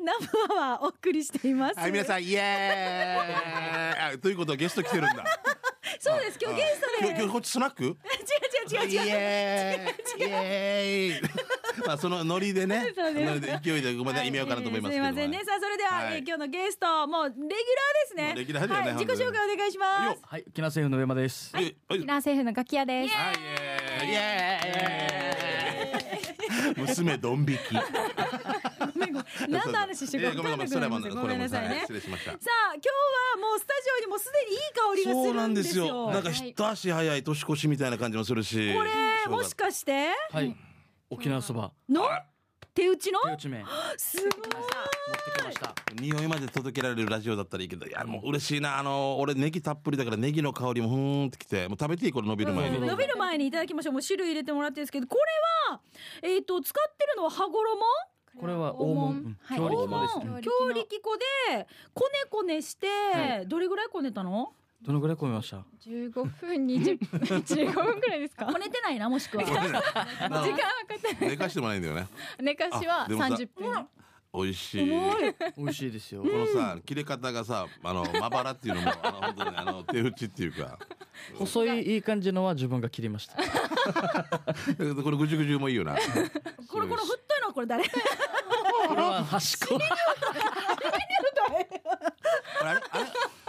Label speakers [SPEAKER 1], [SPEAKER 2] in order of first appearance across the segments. [SPEAKER 1] 生はお送りしています。
[SPEAKER 2] はい、皆さん、イエーイあということはゲスト来てるんだ。
[SPEAKER 1] そうです。今日ゲスト
[SPEAKER 2] 今
[SPEAKER 1] で。
[SPEAKER 2] 日、今日こっちスナック
[SPEAKER 1] 違う違う違う違う。
[SPEAKER 2] イエーイイエーイまあ、そのノリでね、
[SPEAKER 1] そうです
[SPEAKER 2] ノリで勢いでごめんなさい、意味わからんと思いますけど
[SPEAKER 1] はえーすいませんね。さあ、それでは、
[SPEAKER 2] はい
[SPEAKER 1] えー今日のゲスト、もう、レギュラーですね
[SPEAKER 2] も。うレギュラーだよね
[SPEAKER 1] はい、自己紹介お願いしま
[SPEAKER 2] よ
[SPEAKER 1] す。
[SPEAKER 3] はい、沖縄政府の上間です。
[SPEAKER 2] はい、はい
[SPEAKER 4] 沖縄政府のガキヤです。
[SPEAKER 2] はい、イエーイイエーイ 娘ドン引き。
[SPEAKER 1] ごめんごめん。 何の話して
[SPEAKER 2] いや
[SPEAKER 1] る
[SPEAKER 2] ご
[SPEAKER 1] か
[SPEAKER 2] めん
[SPEAKER 1] 分か
[SPEAKER 2] ご
[SPEAKER 1] んな
[SPEAKER 2] め、
[SPEAKER 1] んくな
[SPEAKER 2] それ
[SPEAKER 1] り
[SPEAKER 2] も
[SPEAKER 1] ますよごめん
[SPEAKER 2] あのこれも
[SPEAKER 1] なさい
[SPEAKER 2] はい
[SPEAKER 1] ね。
[SPEAKER 2] 失礼しました。
[SPEAKER 1] さあ、今日はもうスタジオにもすでにいい香りがするんですよ。
[SPEAKER 2] そうなんですよ。なんか一足早い年越しみたいな感じもするし。
[SPEAKER 1] これ、もしかして、
[SPEAKER 3] はい、沖縄そば、
[SPEAKER 1] の手打ちの
[SPEAKER 3] 手打ち麺、持っ
[SPEAKER 1] すごい。
[SPEAKER 3] てきました。
[SPEAKER 2] 匂いまで届けられるラジオだったらいいけど、いや、もう嬉しいな。あの、俺ネギたっぷりだからネギの香りもふーんってきて、もう食べていいこれ伸びる前に。
[SPEAKER 1] 伸びる前にいただきましょう。もう汁入れてもらってるんですけど、これは、えっ、と、使ってるのは羽衣
[SPEAKER 3] これは黄門、
[SPEAKER 4] はい
[SPEAKER 3] 強力
[SPEAKER 1] 黄
[SPEAKER 3] 粉です
[SPEAKER 1] 門
[SPEAKER 3] ね。
[SPEAKER 1] 強力粉でこねこねして、どれぐらいこねたの
[SPEAKER 3] どのぐらい込みました。
[SPEAKER 4] 十五分二十分十五分くらいですか？
[SPEAKER 1] こねてないなもしくは
[SPEAKER 4] 時間はかかってない
[SPEAKER 2] 寝かしてもないんだよね。
[SPEAKER 4] 寝かし
[SPEAKER 2] あ
[SPEAKER 4] は
[SPEAKER 2] でもさ
[SPEAKER 4] 三十分。
[SPEAKER 2] 美味しい。
[SPEAKER 3] 美味しいですよ
[SPEAKER 2] こ。のさ、切れ方がさ、あの、まばらっていうのも、あの、本当に、あの、手打ちっていうか。
[SPEAKER 3] 細いいい感じのは自分が切りました。
[SPEAKER 2] このぐじゅぐじゅもいいよな。
[SPEAKER 1] これこの太いのはこれ誰
[SPEAKER 3] これは端っこ。
[SPEAKER 2] あれあれ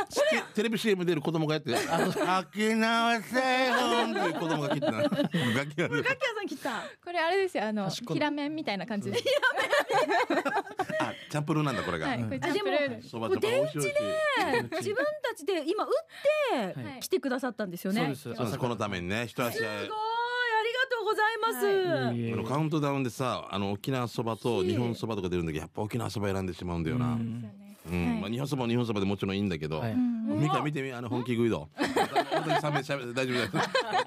[SPEAKER 2] しテレビ CM 出る子供がやってる「沖縄セーフン」っていう子供が切ったのガキがね
[SPEAKER 1] ガキヤさん切った
[SPEAKER 4] これあれですよあの
[SPEAKER 3] 端っこの
[SPEAKER 4] 平麺みたいな感じで。
[SPEAKER 2] あチャンプルーなんだこれが、
[SPEAKER 4] はい。これチャンプルーです
[SPEAKER 2] そばちゃん美味しい美味しい
[SPEAKER 1] 自分たちで今打って、
[SPEAKER 3] はい
[SPEAKER 1] 来てくださったんですよね
[SPEAKER 3] そう
[SPEAKER 1] すごい
[SPEAKER 3] です。
[SPEAKER 2] そうですこのためにね一足
[SPEAKER 1] あ
[SPEAKER 2] 早
[SPEAKER 1] りが
[SPEAKER 2] い
[SPEAKER 1] とうございます、
[SPEAKER 3] いえいえ
[SPEAKER 2] このカウントダウンでさあの沖縄そばと日本そばとか出るんだけどやっぱ沖縄そば選んでしまうんだよな、うん
[SPEAKER 4] はい
[SPEAKER 2] まあ、日本そばは日本そばでもちろんいいんだけど、
[SPEAKER 3] はい
[SPEAKER 2] みか見てみあの本気食いだ私喋しゃべ大丈夫だよ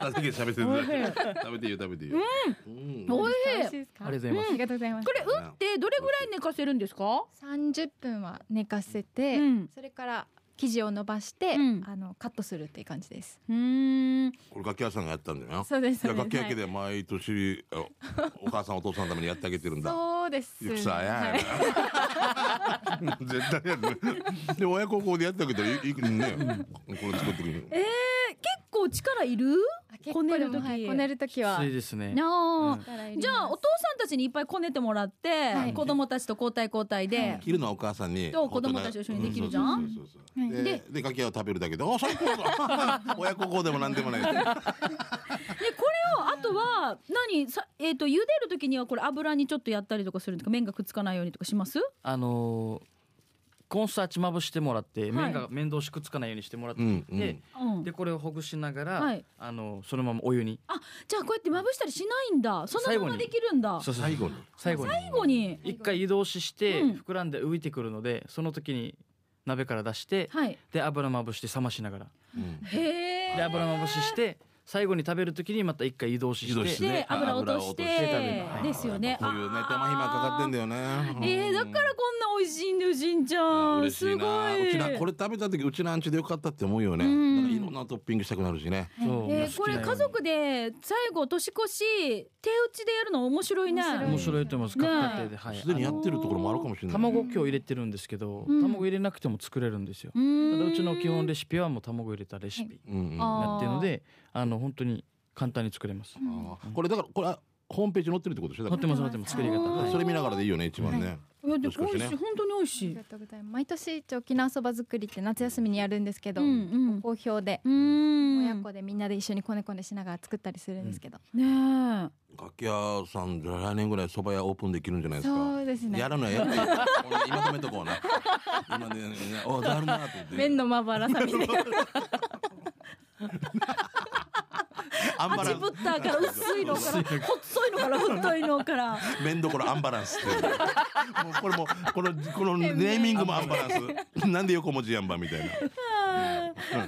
[SPEAKER 2] 私だけ喋ってる食べていいよ食べていいよ、うん
[SPEAKER 1] おい
[SPEAKER 4] 美
[SPEAKER 1] し
[SPEAKER 4] 味し
[SPEAKER 1] い
[SPEAKER 4] いですか？
[SPEAKER 3] ありがとうございます
[SPEAKER 4] ありがとうございます
[SPEAKER 1] こ。れ打ってどれぐらい寝かせるんですか
[SPEAKER 4] 三十分は寝かせて、
[SPEAKER 1] うん
[SPEAKER 4] それから生地を伸ばして、
[SPEAKER 1] うん
[SPEAKER 4] あのカットするっていう感じです。
[SPEAKER 1] うん
[SPEAKER 2] これ楽器屋さんがやったんだよな
[SPEAKER 4] そうで
[SPEAKER 2] い
[SPEAKER 4] すそ
[SPEAKER 2] や
[SPEAKER 4] うです
[SPEAKER 2] 楽器焼けで毎年、あお母さんお父さんのためにやってあげてるんだ。
[SPEAKER 4] そうです。
[SPEAKER 2] ゆきさん
[SPEAKER 4] は
[SPEAKER 2] や
[SPEAKER 4] い。
[SPEAKER 2] や 絶対やる。で親孝行でやってあげたらいいいくね。これ作ってくれる。
[SPEAKER 1] えー、結構力いる
[SPEAKER 4] あ結構
[SPEAKER 1] こねる
[SPEAKER 4] で
[SPEAKER 1] 時
[SPEAKER 4] もはいこねる時は
[SPEAKER 3] 薄い。ですね。
[SPEAKER 1] なあ、じゃあお
[SPEAKER 4] お
[SPEAKER 1] 父さんたちにいっぱいこねてもらって、
[SPEAKER 4] はい
[SPEAKER 1] 子供たちと交代交代で、
[SPEAKER 2] 切るのはお母さんに。
[SPEAKER 1] と子供たちと一緒にできるじゃん
[SPEAKER 2] うそうそうそうそうで
[SPEAKER 1] で、
[SPEAKER 2] で、楽器屋を食べるだけで、あ、最高 だ。親孝行でもなんでもない。
[SPEAKER 1] でこれをあとは何さえっ、と茹でる時にはこれ油にちょっとやったりとかするんですか麺がくっつかないようにとかします
[SPEAKER 3] あのーコーンスターチまぶしてもらって、
[SPEAKER 1] はい
[SPEAKER 3] 麺が麺同士くっつかないようにしてもらって、
[SPEAKER 2] うんうん
[SPEAKER 3] で
[SPEAKER 1] うん
[SPEAKER 3] でこれをほぐしながら、
[SPEAKER 1] はい
[SPEAKER 3] あのそのままお湯に
[SPEAKER 1] あじゃあこうやってまぶしたりしないんだそのままできるんだ
[SPEAKER 3] そうそうそう
[SPEAKER 2] 最後に。
[SPEAKER 3] 最後に
[SPEAKER 1] 最後に
[SPEAKER 3] 一回湯通しして
[SPEAKER 1] うん
[SPEAKER 3] 膨らんで浮いてくるので、その時に鍋から出して、
[SPEAKER 1] はい
[SPEAKER 3] で油まぶして冷ましながら
[SPEAKER 2] うん
[SPEAKER 1] へ
[SPEAKER 3] で
[SPEAKER 1] え
[SPEAKER 3] 油まぶしして最後に食べる時にまた一回湯通しして
[SPEAKER 2] 湯通し
[SPEAKER 1] で油落として
[SPEAKER 3] 油を落として食べる
[SPEAKER 1] ですよね
[SPEAKER 2] こういうね、手間暇かかってんだよね。
[SPEAKER 1] えー、だからこんな美味しいんだよしんちゃん
[SPEAKER 2] 嬉し
[SPEAKER 1] す
[SPEAKER 2] い
[SPEAKER 1] ご
[SPEAKER 2] な。うちな、こ
[SPEAKER 1] い
[SPEAKER 2] れ食べた時、うちのアンチでよかったって思うよね。
[SPEAKER 1] うん
[SPEAKER 2] なんかいろんなトッピングしたくなるしね。
[SPEAKER 3] そう
[SPEAKER 1] えー、
[SPEAKER 3] 好き
[SPEAKER 1] こ
[SPEAKER 3] な
[SPEAKER 1] れ
[SPEAKER 3] ように
[SPEAKER 1] 家族で最後年越し手打ちでやるの面白いね
[SPEAKER 4] 面白
[SPEAKER 3] 面白いと思います
[SPEAKER 1] ね
[SPEAKER 3] 各家庭で、はい
[SPEAKER 2] すでにやってるところもあるかもしれない。
[SPEAKER 3] 卵今日入れてるんですけど、
[SPEAKER 1] うん
[SPEAKER 3] 卵入れなくても作れるんですよ、
[SPEAKER 1] う
[SPEAKER 3] た
[SPEAKER 1] ん
[SPEAKER 3] だうちの基本レシピはもう卵入れたレシピ
[SPEAKER 2] うんうん。
[SPEAKER 3] にな
[SPEAKER 1] あ
[SPEAKER 3] ってるのであの本当に簡単に作れます、
[SPEAKER 2] あーこれだからこれはホームページに載ってるってことでしょだか
[SPEAKER 3] 載ってます載ってます作り方、
[SPEAKER 1] あー
[SPEAKER 3] は
[SPEAKER 2] ら
[SPEAKER 3] い
[SPEAKER 2] それ見ながらでいいよね一番ね、
[SPEAKER 1] ーいやで
[SPEAKER 2] もしか
[SPEAKER 1] も
[SPEAKER 2] して
[SPEAKER 1] 美
[SPEAKER 2] ね
[SPEAKER 1] 味しい本当に美味し
[SPEAKER 4] あり
[SPEAKER 1] い
[SPEAKER 4] がとうございます。毎年一応沖縄そば作りって夏休みにやるんですけど、
[SPEAKER 1] うんうん
[SPEAKER 4] 好評で、
[SPEAKER 1] うん
[SPEAKER 4] 親子でみんなで一緒にこねこねしながら作ったりするんですけど。
[SPEAKER 1] ね
[SPEAKER 2] 楽器屋さん来年ぐらい蕎麦屋オープンできるんじゃないですか
[SPEAKER 4] そうですね
[SPEAKER 2] やるのはやって俺今止めとこうな今ねねおだるまなって言って
[SPEAKER 4] 麺のまばらさみで
[SPEAKER 1] え。
[SPEAKER 2] ア
[SPEAKER 1] アジブッターから薄いのから細いのから太いの から
[SPEAKER 2] 麺どころアンバランスっていうもうこれもこのこのネーミングもアンバランスなんで横文字アンバみたいな
[SPEAKER 1] あのじゃ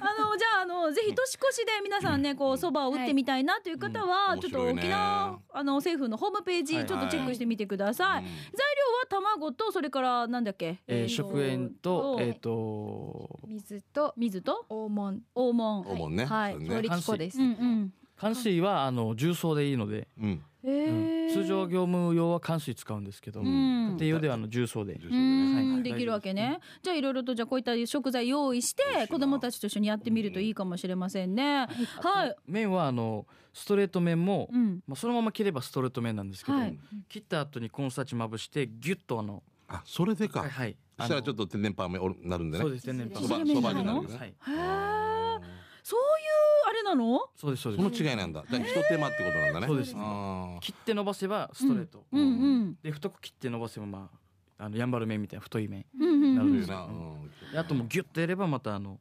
[SPEAKER 1] ああのぜひ年越しで皆さんねこうそばを打ってみたいなという方は、
[SPEAKER 2] うん
[SPEAKER 1] ちょっと
[SPEAKER 2] 面白いね
[SPEAKER 1] 沖縄あの政府のホームページちょ
[SPEAKER 3] は
[SPEAKER 1] っ
[SPEAKER 3] い
[SPEAKER 1] とチェックしてみてください、
[SPEAKER 2] うん
[SPEAKER 1] 材料は卵とそれからなんだっけ、
[SPEAKER 3] え
[SPEAKER 1] と
[SPEAKER 3] ー、食塩とえっ、と
[SPEAKER 4] 水と
[SPEAKER 1] 水と
[SPEAKER 4] 黄門
[SPEAKER 1] 黄門
[SPEAKER 2] おもんね
[SPEAKER 1] はい
[SPEAKER 2] それ
[SPEAKER 4] 強
[SPEAKER 2] ね
[SPEAKER 4] 力粉です
[SPEAKER 1] う。んうん
[SPEAKER 3] 乾水はあの重曹でいいので
[SPEAKER 2] うん
[SPEAKER 1] えー
[SPEAKER 3] 通常は業務用は乾水使うんですけど、
[SPEAKER 1] う
[SPEAKER 3] 家
[SPEAKER 1] ん
[SPEAKER 3] 庭用ではあの重曹で
[SPEAKER 2] 重曹
[SPEAKER 1] う
[SPEAKER 2] でね
[SPEAKER 3] はいは
[SPEAKER 1] ん
[SPEAKER 3] い
[SPEAKER 1] できるわけね。じゃあいろいろとじゃあこういった食材用意して
[SPEAKER 2] そうしよう
[SPEAKER 1] 子どもたちと一緒にやってみるといいかもしれませんね。はい。
[SPEAKER 3] 麺はあのストレート麺も、
[SPEAKER 1] うん。
[SPEAKER 3] まあ、そのまま切ればストレート麺なんですけど、
[SPEAKER 1] はい
[SPEAKER 3] 切った後にコーンスターチまぶしてギュッとあの
[SPEAKER 2] あそれでか、
[SPEAKER 3] はいはい
[SPEAKER 2] そしたらちょっ
[SPEAKER 3] っ
[SPEAKER 2] と天然パーメおなるんでね
[SPEAKER 3] そうです天然パン
[SPEAKER 1] そばそばになる
[SPEAKER 2] ね
[SPEAKER 3] はい
[SPEAKER 1] へえ。
[SPEAKER 2] あ
[SPEAKER 1] そういうあれなの？
[SPEAKER 3] そうですそう
[SPEAKER 2] ー
[SPEAKER 3] で
[SPEAKER 2] その
[SPEAKER 3] す
[SPEAKER 2] 違いなんだじゃあ一手間ってことなんだね
[SPEAKER 3] そうですね
[SPEAKER 2] あ
[SPEAKER 3] 切って伸ばせばストレート、
[SPEAKER 1] うんうん
[SPEAKER 3] で太く切って伸ばせばまああのやんばる麺みたいな太い麺
[SPEAKER 1] うんうんう
[SPEAKER 2] ー
[SPEAKER 3] な
[SPEAKER 2] な
[SPEAKER 3] る
[SPEAKER 2] る
[SPEAKER 1] ん
[SPEAKER 2] よ
[SPEAKER 3] ほど。
[SPEAKER 2] な、う
[SPEAKER 3] うんであともうギュッとやればまたあの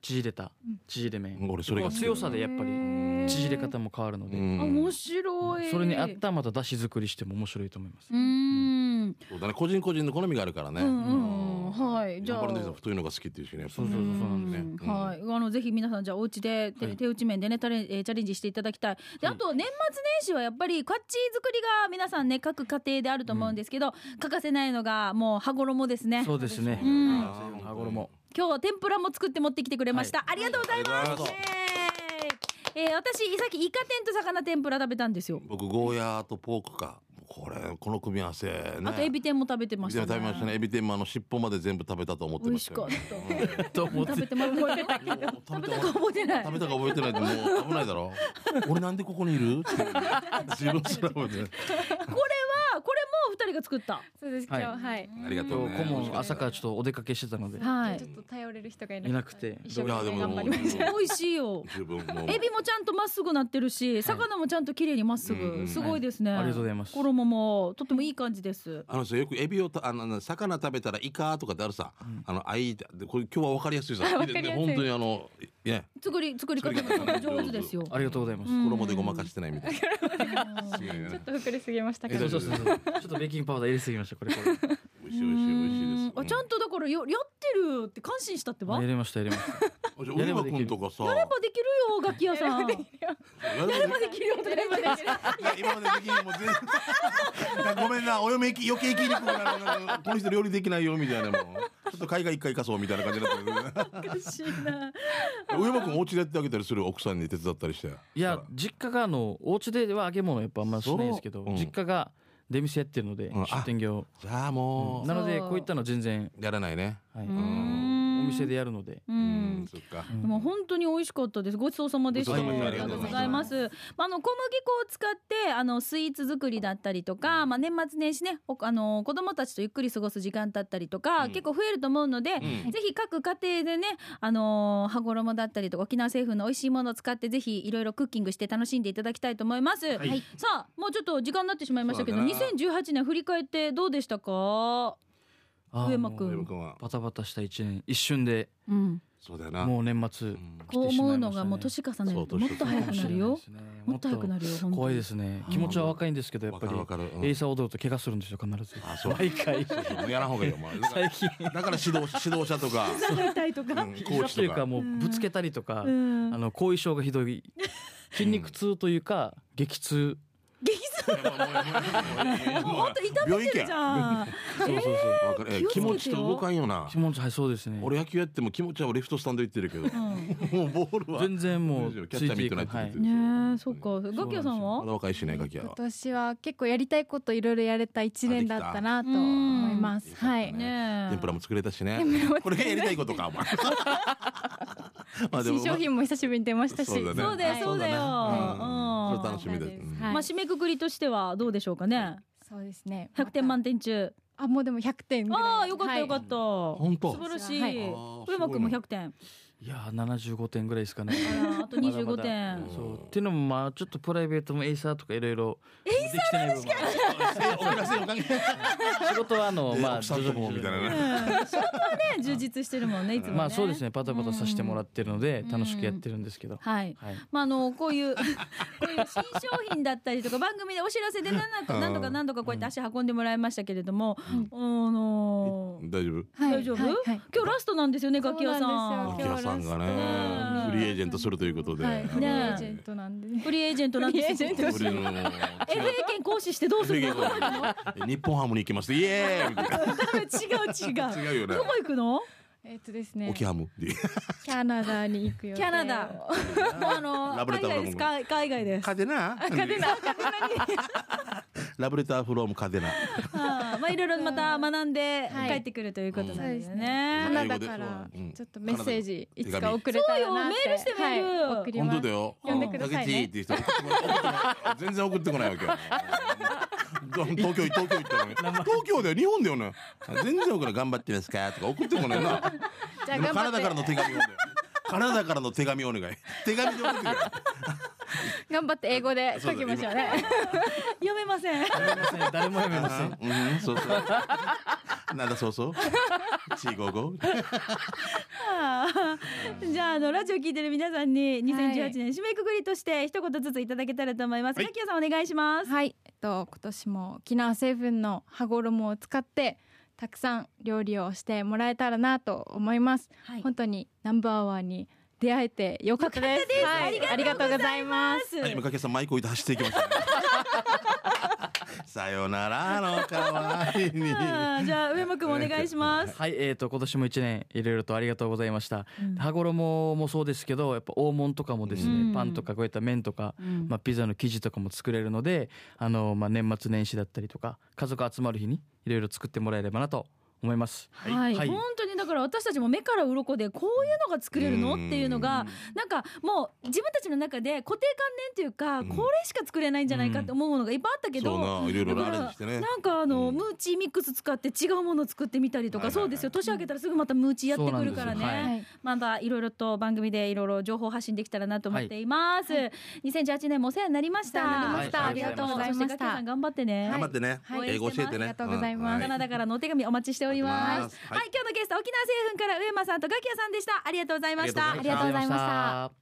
[SPEAKER 3] 縮れた
[SPEAKER 4] うん
[SPEAKER 3] 縮れ麺、
[SPEAKER 2] 俺それが好き
[SPEAKER 3] 強さでやっぱり
[SPEAKER 4] り
[SPEAKER 3] 縮れ方も変わるので、
[SPEAKER 1] あ面白い。
[SPEAKER 3] それに合ったまた出汁作りしても面白いと思います、
[SPEAKER 1] うーん。
[SPEAKER 2] そうだね個人個人の好みがあるからね、
[SPEAKER 1] うんうんはいじゃあ
[SPEAKER 2] ヤンバル姉さん太いのが好きっていうしねやっぱ
[SPEAKER 3] そうそうそうそうなんです
[SPEAKER 2] ね
[SPEAKER 1] ん
[SPEAKER 2] うん
[SPEAKER 1] はい、あのぜひ皆さんじゃあお家で手,、
[SPEAKER 3] はい
[SPEAKER 1] 手打ち麺でねチャレン、えーチャレンジしていただきたい。で、
[SPEAKER 3] はい
[SPEAKER 1] あと年末年始はやっぱりカッチー作りが皆さんね各家庭であると思うんですけど、欠かせないのがもう羽衣ですね。
[SPEAKER 3] そうですね、
[SPEAKER 1] うん
[SPEAKER 3] 羽衣
[SPEAKER 1] 今日は天ぷらも作って持ってきてくれました。
[SPEAKER 3] は
[SPEAKER 1] ありがとうござい
[SPEAKER 2] あり
[SPEAKER 1] ま
[SPEAKER 2] が
[SPEAKER 1] す。
[SPEAKER 2] とうござい
[SPEAKER 1] イエーイえー私さっきイカ天と魚天ぷら食べたんですよ。
[SPEAKER 2] 僕ゴーヤーとポークかこれこの組み合わせね
[SPEAKER 1] あとエビ天も食べて
[SPEAKER 2] エ
[SPEAKER 1] ま
[SPEAKER 2] ビ
[SPEAKER 1] し
[SPEAKER 2] 天
[SPEAKER 1] た
[SPEAKER 2] も
[SPEAKER 1] ね。
[SPEAKER 2] 食べましたねエビ天もあの尻尾まで全部食べたと思って
[SPEAKER 1] 美
[SPEAKER 2] ま
[SPEAKER 1] 味
[SPEAKER 2] し
[SPEAKER 1] したか
[SPEAKER 2] よ
[SPEAKER 1] っ。
[SPEAKER 3] と思ったて
[SPEAKER 1] 食べてま覚えてない。食べたか覚えてない。
[SPEAKER 2] 食べたか覚えてないってもう危ないだろ俺なんでここにいるっ ていう自分すら覚えてない
[SPEAKER 1] あこれも二人が作った。
[SPEAKER 4] そうです今
[SPEAKER 3] はい
[SPEAKER 4] 日はい
[SPEAKER 2] ありがと
[SPEAKER 3] 今
[SPEAKER 2] う
[SPEAKER 3] 日
[SPEAKER 2] ね
[SPEAKER 3] 顧問朝からちょっとお出かけしてたので
[SPEAKER 1] はい
[SPEAKER 4] ちょっと頼れる人がい
[SPEAKER 3] い
[SPEAKER 4] な
[SPEAKER 3] な
[SPEAKER 4] く
[SPEAKER 3] く
[SPEAKER 4] て
[SPEAKER 3] て
[SPEAKER 4] 一生
[SPEAKER 2] いやで
[SPEAKER 4] 懸命
[SPEAKER 2] もも
[SPEAKER 4] 頑張
[SPEAKER 2] う
[SPEAKER 4] りました
[SPEAKER 1] 美味しい よ。
[SPEAKER 2] 十分もう
[SPEAKER 1] エビもちゃんとまっすぐなってるし、魚もちゃんと綺麗にまっす
[SPEAKER 2] うんうんう
[SPEAKER 1] ぐ、
[SPEAKER 2] ん
[SPEAKER 1] すごいですね。
[SPEAKER 3] ありがとうございます
[SPEAKER 1] 衣もとってもいい感じです。
[SPEAKER 2] あのさよくエビをたあのあの魚食べたらイカとかってあるさ、あのあいでこれ今日はわかりやすいさ
[SPEAKER 4] わかりやすい
[SPEAKER 2] ね本当にあのいね
[SPEAKER 1] 作り作り方
[SPEAKER 2] 作り
[SPEAKER 1] も
[SPEAKER 2] 方
[SPEAKER 1] 上手ですよ。
[SPEAKER 3] ありがとうございます、
[SPEAKER 1] うん
[SPEAKER 2] 衣でごまかしてないみたいなすごいよ
[SPEAKER 4] ちょっ
[SPEAKER 2] ね
[SPEAKER 4] と膨れすぎましたけ
[SPEAKER 2] え
[SPEAKER 3] そ
[SPEAKER 4] ど
[SPEAKER 3] うそうそうそうちょっとベーキングパウダー入れすぎましたこれこ れ
[SPEAKER 2] 美味しい美味しい美味しいです
[SPEAKER 1] うんあちゃんとだからよやってるって感心したってば。
[SPEAKER 3] 入
[SPEAKER 1] やれ
[SPEAKER 3] れました入れました
[SPEAKER 2] あじゃあ上間君とかさやれ
[SPEAKER 1] ばできるよ楽器屋 さん。やればできるよとか言ってましたよ
[SPEAKER 2] いや今までできんもう全然ごめんなお嫁き余計聞いてくるからなんかこの人料理できないよみたいなもうちょっと海外一回行かそうみたいな感じになってる
[SPEAKER 1] おかしい な。
[SPEAKER 2] 上間君お家でやってあげたりする奥さんに手伝ったりして
[SPEAKER 3] いや実家があのお家では揚げ物やっぱあんましないんですけど、
[SPEAKER 2] そううん
[SPEAKER 3] 実家が出店やってるので、
[SPEAKER 2] うんあ
[SPEAKER 3] 出店業
[SPEAKER 2] じゃあも
[SPEAKER 3] なので
[SPEAKER 1] そう
[SPEAKER 3] こういったの全然、
[SPEAKER 2] うやらないね
[SPEAKER 3] はい
[SPEAKER 1] ん
[SPEAKER 3] お店でやるので
[SPEAKER 1] う。
[SPEAKER 2] うんそっか
[SPEAKER 3] うん
[SPEAKER 1] もう本当に美味しかったです。ごちそうさまでした。あ
[SPEAKER 2] ごちそう
[SPEAKER 3] さまでした
[SPEAKER 1] りがとうございます。まあ、あの小麦粉を使って、あのスイーツ作りだったりとか、まあ、年末年始ね。おあの子供たちとゆっくり過ごす時間だったりとか、
[SPEAKER 2] うん
[SPEAKER 1] 結構増えると思うので。
[SPEAKER 2] うん
[SPEAKER 1] ぜひ各家庭でね、あのー、羽衣だったりとか沖縄製粉の美味しいものを使ってぜひいろいろクッキングして楽しんでいただきたいと思います、
[SPEAKER 2] はい
[SPEAKER 1] さあもうちょっと時間になってしまいましたけど
[SPEAKER 2] そうだな
[SPEAKER 1] 2018年振り返ってどうでしたか
[SPEAKER 3] あー
[SPEAKER 1] 上間くん
[SPEAKER 3] も
[SPEAKER 2] 上間君は
[SPEAKER 3] うバタバタした一年一瞬で
[SPEAKER 1] うん、
[SPEAKER 2] そうだよな
[SPEAKER 3] もう年末
[SPEAKER 2] うん
[SPEAKER 1] こう思うのがもう年重ねるともっと早くなるよ
[SPEAKER 3] かもしれないですね
[SPEAKER 1] もっと早くな
[SPEAKER 3] も
[SPEAKER 1] るよ
[SPEAKER 3] っと怖いですすね
[SPEAKER 1] うん
[SPEAKER 3] 気持ちは若いんですけどやっ
[SPEAKER 2] わ
[SPEAKER 3] ぱ
[SPEAKER 2] か
[SPEAKER 3] り
[SPEAKER 2] るわかるうん
[SPEAKER 3] エイサー踊ると怪我するんですよ必ず
[SPEAKER 2] あそう
[SPEAKER 3] 毎回
[SPEAKER 2] そうそうもうやらんほうがいいよお前だから
[SPEAKER 3] 最近
[SPEAKER 2] だから指導指導者と か
[SPEAKER 1] 痛いとか、
[SPEAKER 2] うんコ
[SPEAKER 3] 怪
[SPEAKER 2] ー
[SPEAKER 3] 我
[SPEAKER 2] チ
[SPEAKER 3] とい
[SPEAKER 2] と
[SPEAKER 3] うか
[SPEAKER 2] か
[SPEAKER 3] もうぶつけたりとか
[SPEAKER 1] うん
[SPEAKER 3] あの後遺症がひどい筋肉痛というか激痛
[SPEAKER 1] 本当痛めてるじゃん
[SPEAKER 3] そうそうそう
[SPEAKER 2] わかるえ気持ちと動かんよな
[SPEAKER 3] 気持ちはいそうですね
[SPEAKER 2] 俺野球やっても気持ちはレフトスタンド行ってるけどもうボールは
[SPEAKER 3] 全然もう
[SPEAKER 2] キャッ
[SPEAKER 3] つ
[SPEAKER 2] チャ
[SPEAKER 3] い
[SPEAKER 2] ーミ
[SPEAKER 3] て
[SPEAKER 2] ッ
[SPEAKER 3] い
[SPEAKER 2] ド
[SPEAKER 3] か
[SPEAKER 2] ナ
[SPEAKER 3] な
[SPEAKER 2] イ
[SPEAKER 3] い
[SPEAKER 2] トで
[SPEAKER 3] はい
[SPEAKER 1] ね
[SPEAKER 2] すよ
[SPEAKER 1] えそっかガキヤさん
[SPEAKER 2] まだ
[SPEAKER 1] は
[SPEAKER 2] 若いしねガキヤ
[SPEAKER 4] 今
[SPEAKER 2] は
[SPEAKER 4] 年は結構やりたいこといろいろやれた一年だったなと思いますは
[SPEAKER 2] う
[SPEAKER 4] い
[SPEAKER 2] ん
[SPEAKER 1] ねえ
[SPEAKER 2] 天ぷらも作れたしね
[SPEAKER 4] 天ぷらも作れた
[SPEAKER 2] これがやりたいことかお前まあでも
[SPEAKER 4] 新商品も久しぶりに出ましたし
[SPEAKER 2] そうだね
[SPEAKER 1] そうだよそうだよ、
[SPEAKER 2] うん
[SPEAKER 1] うん
[SPEAKER 2] それ楽しみだ
[SPEAKER 4] そうです
[SPEAKER 2] うん
[SPEAKER 4] はい
[SPEAKER 1] まあ締めくくりとしてはどうでしょうかね。
[SPEAKER 4] そうですね
[SPEAKER 1] 100点満点中。
[SPEAKER 4] あもうでも100点ぐらい
[SPEAKER 1] ああよかった
[SPEAKER 4] はい
[SPEAKER 1] よかった。
[SPEAKER 2] 本当
[SPEAKER 1] 素晴らしい。
[SPEAKER 4] は
[SPEAKER 1] 上
[SPEAKER 4] い
[SPEAKER 2] あー
[SPEAKER 1] 間くんも
[SPEAKER 2] すごいな
[SPEAKER 1] 100点。
[SPEAKER 3] いやー75点ぐらいですかね
[SPEAKER 1] あらあと25
[SPEAKER 3] まだま
[SPEAKER 1] 点
[SPEAKER 3] だ。そうっていうのもまあちょっとプライベートもエイサーとかいろいろエイサー
[SPEAKER 2] お
[SPEAKER 3] 確
[SPEAKER 2] かしいおかしい
[SPEAKER 3] 仕事は あのまあ
[SPEAKER 2] 奥さんともみたいなね
[SPEAKER 1] うん仕事はね充実してるもんねいつもね。
[SPEAKER 3] まあそうです
[SPEAKER 1] ね。
[SPEAKER 3] ねパタパタさせてもらってるので
[SPEAKER 1] うん
[SPEAKER 3] 楽しくやってるんですけど、
[SPEAKER 1] はい。
[SPEAKER 3] はい
[SPEAKER 1] まああのこういうこういう新商品だったりとか番組でお知らせで何度か
[SPEAKER 2] うん
[SPEAKER 1] 何度か何度かこうやって足運んでもらいましたけれども、
[SPEAKER 4] うん
[SPEAKER 1] あの
[SPEAKER 2] 大丈夫
[SPEAKER 4] はい
[SPEAKER 1] 大丈夫
[SPEAKER 4] はいはい
[SPEAKER 1] 今日ラストなんですよね楽器屋さ
[SPEAKER 4] そうなん
[SPEAKER 1] ん
[SPEAKER 4] で。
[SPEAKER 2] 秋葉さんが
[SPEAKER 1] ね
[SPEAKER 2] ねフリーエージェントするということで
[SPEAKER 4] はいフ
[SPEAKER 1] ね
[SPEAKER 4] リーエージェントなんでね
[SPEAKER 1] フリーエージェントなんですよ。
[SPEAKER 4] フリーエージェント
[SPEAKER 2] フリーの
[SPEAKER 1] FA 権行使してどうするの？
[SPEAKER 2] 日本ハムに行きましたイエーイみたいな
[SPEAKER 1] 違う違う。
[SPEAKER 2] 違うよね
[SPEAKER 1] どこ行くの？
[SPEAKER 4] えっとですね。
[SPEAKER 2] 沖ハムで
[SPEAKER 4] キャナダに行くよ。
[SPEAKER 1] キャナダ。もうあの
[SPEAKER 2] ラブレ
[SPEAKER 1] 海
[SPEAKER 2] ター
[SPEAKER 1] 外ですか海外です。
[SPEAKER 2] カデナラブレターフロームカデナ
[SPEAKER 1] あーまあいろいろまた学んで
[SPEAKER 4] はい
[SPEAKER 1] 帰ってくるということなんです
[SPEAKER 4] カ
[SPEAKER 1] ね。
[SPEAKER 4] ナダから
[SPEAKER 2] うん
[SPEAKER 4] ちょっとメッセージいつか送れ
[SPEAKER 1] 手
[SPEAKER 4] た
[SPEAKER 1] 紙
[SPEAKER 4] らなって。
[SPEAKER 1] そうよメールしてメール
[SPEAKER 4] はい送り
[SPEAKER 2] 本
[SPEAKER 4] ます
[SPEAKER 2] 当だよ
[SPEAKER 4] 呼んでください
[SPEAKER 2] う
[SPEAKER 4] ね
[SPEAKER 2] ん竹地っていう人送ってこない全然送ってこないわ けよど東京東京行ったのに東京だよ日本だよね全然送らない頑張ってますかとか送ってこないな
[SPEAKER 4] じゃ
[SPEAKER 2] で
[SPEAKER 4] あ
[SPEAKER 2] も
[SPEAKER 4] 頑
[SPEAKER 2] カナダから
[SPEAKER 4] 張
[SPEAKER 2] の
[SPEAKER 4] って
[SPEAKER 2] 手紙をねカナダからの手紙お願い手紙で送ってくれ
[SPEAKER 4] 頑張って英語で書きましょうね。
[SPEAKER 1] 読めません。
[SPEAKER 3] 読めません誰も読めません
[SPEAKER 2] うんうんそうそうなんだそうそう155
[SPEAKER 1] あーじゃああのラジオ聞いてる皆さんに
[SPEAKER 4] は
[SPEAKER 1] 2018
[SPEAKER 4] い
[SPEAKER 1] 年締めくくりとして一言ずついただけたらと思います。
[SPEAKER 2] はい
[SPEAKER 1] マキヤさんお願いします。
[SPEAKER 4] はい、えっと、今年も沖縄成分の羽衣を使ってたくさん料理をしてもらえたらなと思います、
[SPEAKER 1] はい
[SPEAKER 4] 本当にナンバーワンに出会えてよかったですはい、ありがとうございます
[SPEAKER 2] はい今かけさんマイク置いて走っていきましたねさよならの代わりに
[SPEAKER 1] あーじゃあ上間くんお願いします。
[SPEAKER 3] はいえー、と今年も一年いろいろとありがとうございました、
[SPEAKER 1] うん
[SPEAKER 3] 羽衣もそうですけどやっぱ大物とかもですね、
[SPEAKER 1] うん
[SPEAKER 3] パンとかこういった麺とか、
[SPEAKER 1] うん
[SPEAKER 3] まあ、ピザの生地とかも作れるのであの、まあ、年末年始だったりとか家族集まる日にいろいろ作ってもらえればなと思います。
[SPEAKER 1] はい、
[SPEAKER 3] はい
[SPEAKER 1] 本当にだから私たちも目から鱗でこういうのが作れるのっていうのがなんかもう自分たちの中で固定観念というか、
[SPEAKER 2] うん
[SPEAKER 1] これしか作れないんじゃないかって思うものがいっぱいあったけど、
[SPEAKER 2] そうないろいろ
[SPEAKER 1] だ
[SPEAKER 2] ア
[SPEAKER 1] か
[SPEAKER 2] レン
[SPEAKER 1] ら
[SPEAKER 2] ジしてね
[SPEAKER 1] なんかあの、
[SPEAKER 2] うん
[SPEAKER 1] ムーチーミックス使って違うものを作ってみたりとか、
[SPEAKER 2] はいはい
[SPEAKER 1] そうですよ年明けたらすぐまたムーチーやってくるからね、
[SPEAKER 3] そうなんですよはい
[SPEAKER 1] まだいろいろと番組でいろいろ情報発信できたらなと思っています、2018年もお世話になりました
[SPEAKER 4] お世話にな
[SPEAKER 3] ま
[SPEAKER 4] り
[SPEAKER 3] したはい
[SPEAKER 1] ありがとうござい
[SPEAKER 4] あ
[SPEAKER 1] ま
[SPEAKER 4] り
[SPEAKER 1] し
[SPEAKER 4] がと
[SPEAKER 1] たガッ
[SPEAKER 4] うございました
[SPEAKER 1] キーさん頑張ってね、
[SPEAKER 2] 頑張ってね、
[SPEAKER 4] はい
[SPEAKER 2] 英語教えてね
[SPEAKER 4] ありがとうございます
[SPEAKER 1] カナ
[SPEAKER 2] んは
[SPEAKER 1] ダからのお手紙お待ちしております。は、
[SPEAKER 2] はいい
[SPEAKER 1] 今日のゲスト沖縄製粉から上間さんとガキヤさんでした。ありがとうございました。
[SPEAKER 2] あり
[SPEAKER 4] がとうございました
[SPEAKER 3] ありがとうございました。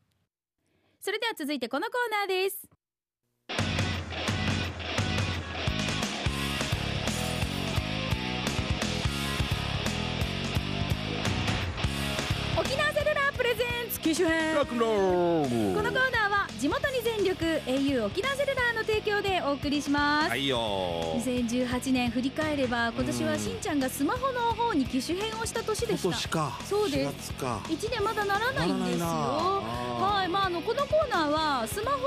[SPEAKER 1] それでは続いてこのコーナーです。沖縄セルラープレゼンツ九州編。
[SPEAKER 2] ロックンロール
[SPEAKER 1] このコーナーは地元に全力 au 沖縄セルラーの提供でお送りします。
[SPEAKER 2] はいよー
[SPEAKER 1] 2018年振り返れば今年は
[SPEAKER 2] うん
[SPEAKER 1] しんちゃんがスマホの方に機種変をした年で
[SPEAKER 2] 今
[SPEAKER 1] した
[SPEAKER 2] 年か
[SPEAKER 1] そうです
[SPEAKER 2] 4月か
[SPEAKER 1] 1年まだならないんですよ
[SPEAKER 2] なら
[SPEAKER 1] は
[SPEAKER 2] ない
[SPEAKER 1] い
[SPEAKER 2] な
[SPEAKER 1] まあ、あのこのコーナーはスマホ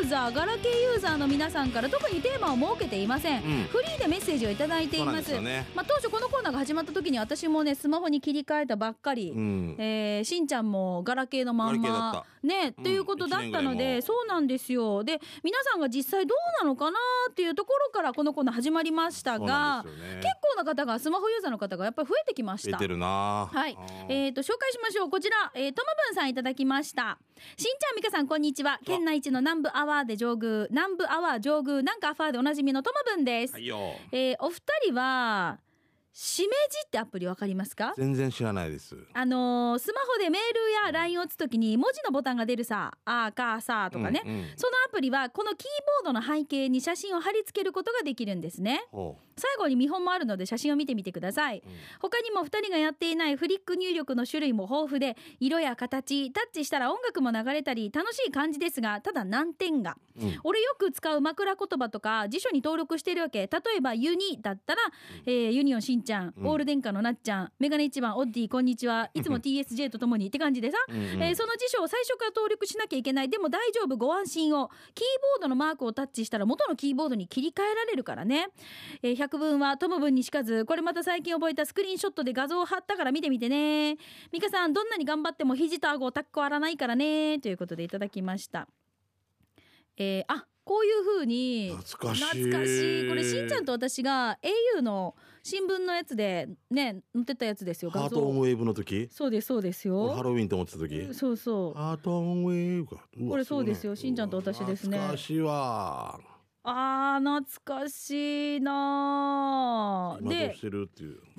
[SPEAKER 1] ユーザーガラケーユーザーの皆さんから特にテーマを設けていません、
[SPEAKER 2] うん
[SPEAKER 1] フリーでメッセージをいただいてい
[SPEAKER 2] そうなん
[SPEAKER 1] ま
[SPEAKER 2] ですすよね
[SPEAKER 1] まあ、当初このコーナーが始まった時に私もねスマホに切り替えたばっかり、
[SPEAKER 2] うん
[SPEAKER 1] えーしんちゃんもガラケーのまん
[SPEAKER 2] ガラケーだ
[SPEAKER 1] ま
[SPEAKER 2] っ
[SPEAKER 1] ね
[SPEAKER 2] うん
[SPEAKER 1] ということだったの
[SPEAKER 2] 一年ぐらい
[SPEAKER 1] で、
[SPEAKER 2] も
[SPEAKER 1] そうなんですよで皆さんが実際どうなのかなっていうところからこのコーナー始まりました
[SPEAKER 2] そう
[SPEAKER 1] が
[SPEAKER 2] なんですよね
[SPEAKER 1] 結構な方がスマホユーザーの方がやっぱり増えてきまし
[SPEAKER 2] 出
[SPEAKER 1] た
[SPEAKER 2] て。るな
[SPEAKER 1] はい
[SPEAKER 2] あー、
[SPEAKER 1] えー、と紹介しましょうこちら、えー、トマブンさんいただきましたしんちゃんみかさんこんにちは県内一の南部アワーで上宮南部アワー上宮なんかアファーでおなじみのトマブンです、
[SPEAKER 2] はいよ
[SPEAKER 1] えーお二人はしめじってアプリわかりますか
[SPEAKER 2] 全然知らないです
[SPEAKER 1] あのースマホでメールや LINE を打つときに文字のボタンが出るさ「あーかーさー」とかね、
[SPEAKER 2] うんうん
[SPEAKER 1] そのアプリはこのキーボードの背景に写真を貼り付けることができるんですね
[SPEAKER 2] ほ
[SPEAKER 1] 最後に見本もあるので写真を見てみてくださいう
[SPEAKER 2] うん
[SPEAKER 1] 他にも2人がやっていないフリック入力の種類も豊富で色や形タッチしたら音楽も流れたり楽しい感じですがただ難点が
[SPEAKER 2] うん
[SPEAKER 1] 俺よく使う枕言葉とか辞書に登録してるわけ例えば「ユニ」だったら、えーユニオンしんちゃん、
[SPEAKER 2] うん
[SPEAKER 1] オール電化のなっちゃんメガネ一番オッディこんにちはい つも TSJ とともにって感じでさ、
[SPEAKER 2] うんうん
[SPEAKER 1] えーその辞書を最初から登録しなきゃいけないでも大丈夫ご安心をキーボードのマークをタッチしたら元のキーボードに切り替えられるからね、えー、百聞は友分にしかずこれまた最近覚えたスクリーンショットで画像を貼ったから見てみてね美香さんどんなに頑張っても肘と顎をタッコ割らないからねということでいただきましたえー、あこういう風に
[SPEAKER 2] 懐かしい
[SPEAKER 1] 懐かしいこれしんちゃんと私が au の新聞のやつでね載ってたやつですよ
[SPEAKER 2] ハ
[SPEAKER 1] 画
[SPEAKER 2] ートオン
[SPEAKER 1] 像
[SPEAKER 2] ウェーブの時
[SPEAKER 1] そうですそうです
[SPEAKER 2] 俺ハ
[SPEAKER 1] よ
[SPEAKER 2] ロウィンと思ってた時
[SPEAKER 1] そうそう
[SPEAKER 2] ハートオンウェーブかうわ
[SPEAKER 1] これそうですよ
[SPEAKER 2] ごい
[SPEAKER 1] しんちゃんと私ですね
[SPEAKER 2] 懐かしいわ
[SPEAKER 1] あー懐かしいなー
[SPEAKER 2] 今どう
[SPEAKER 1] で
[SPEAKER 2] してるっていう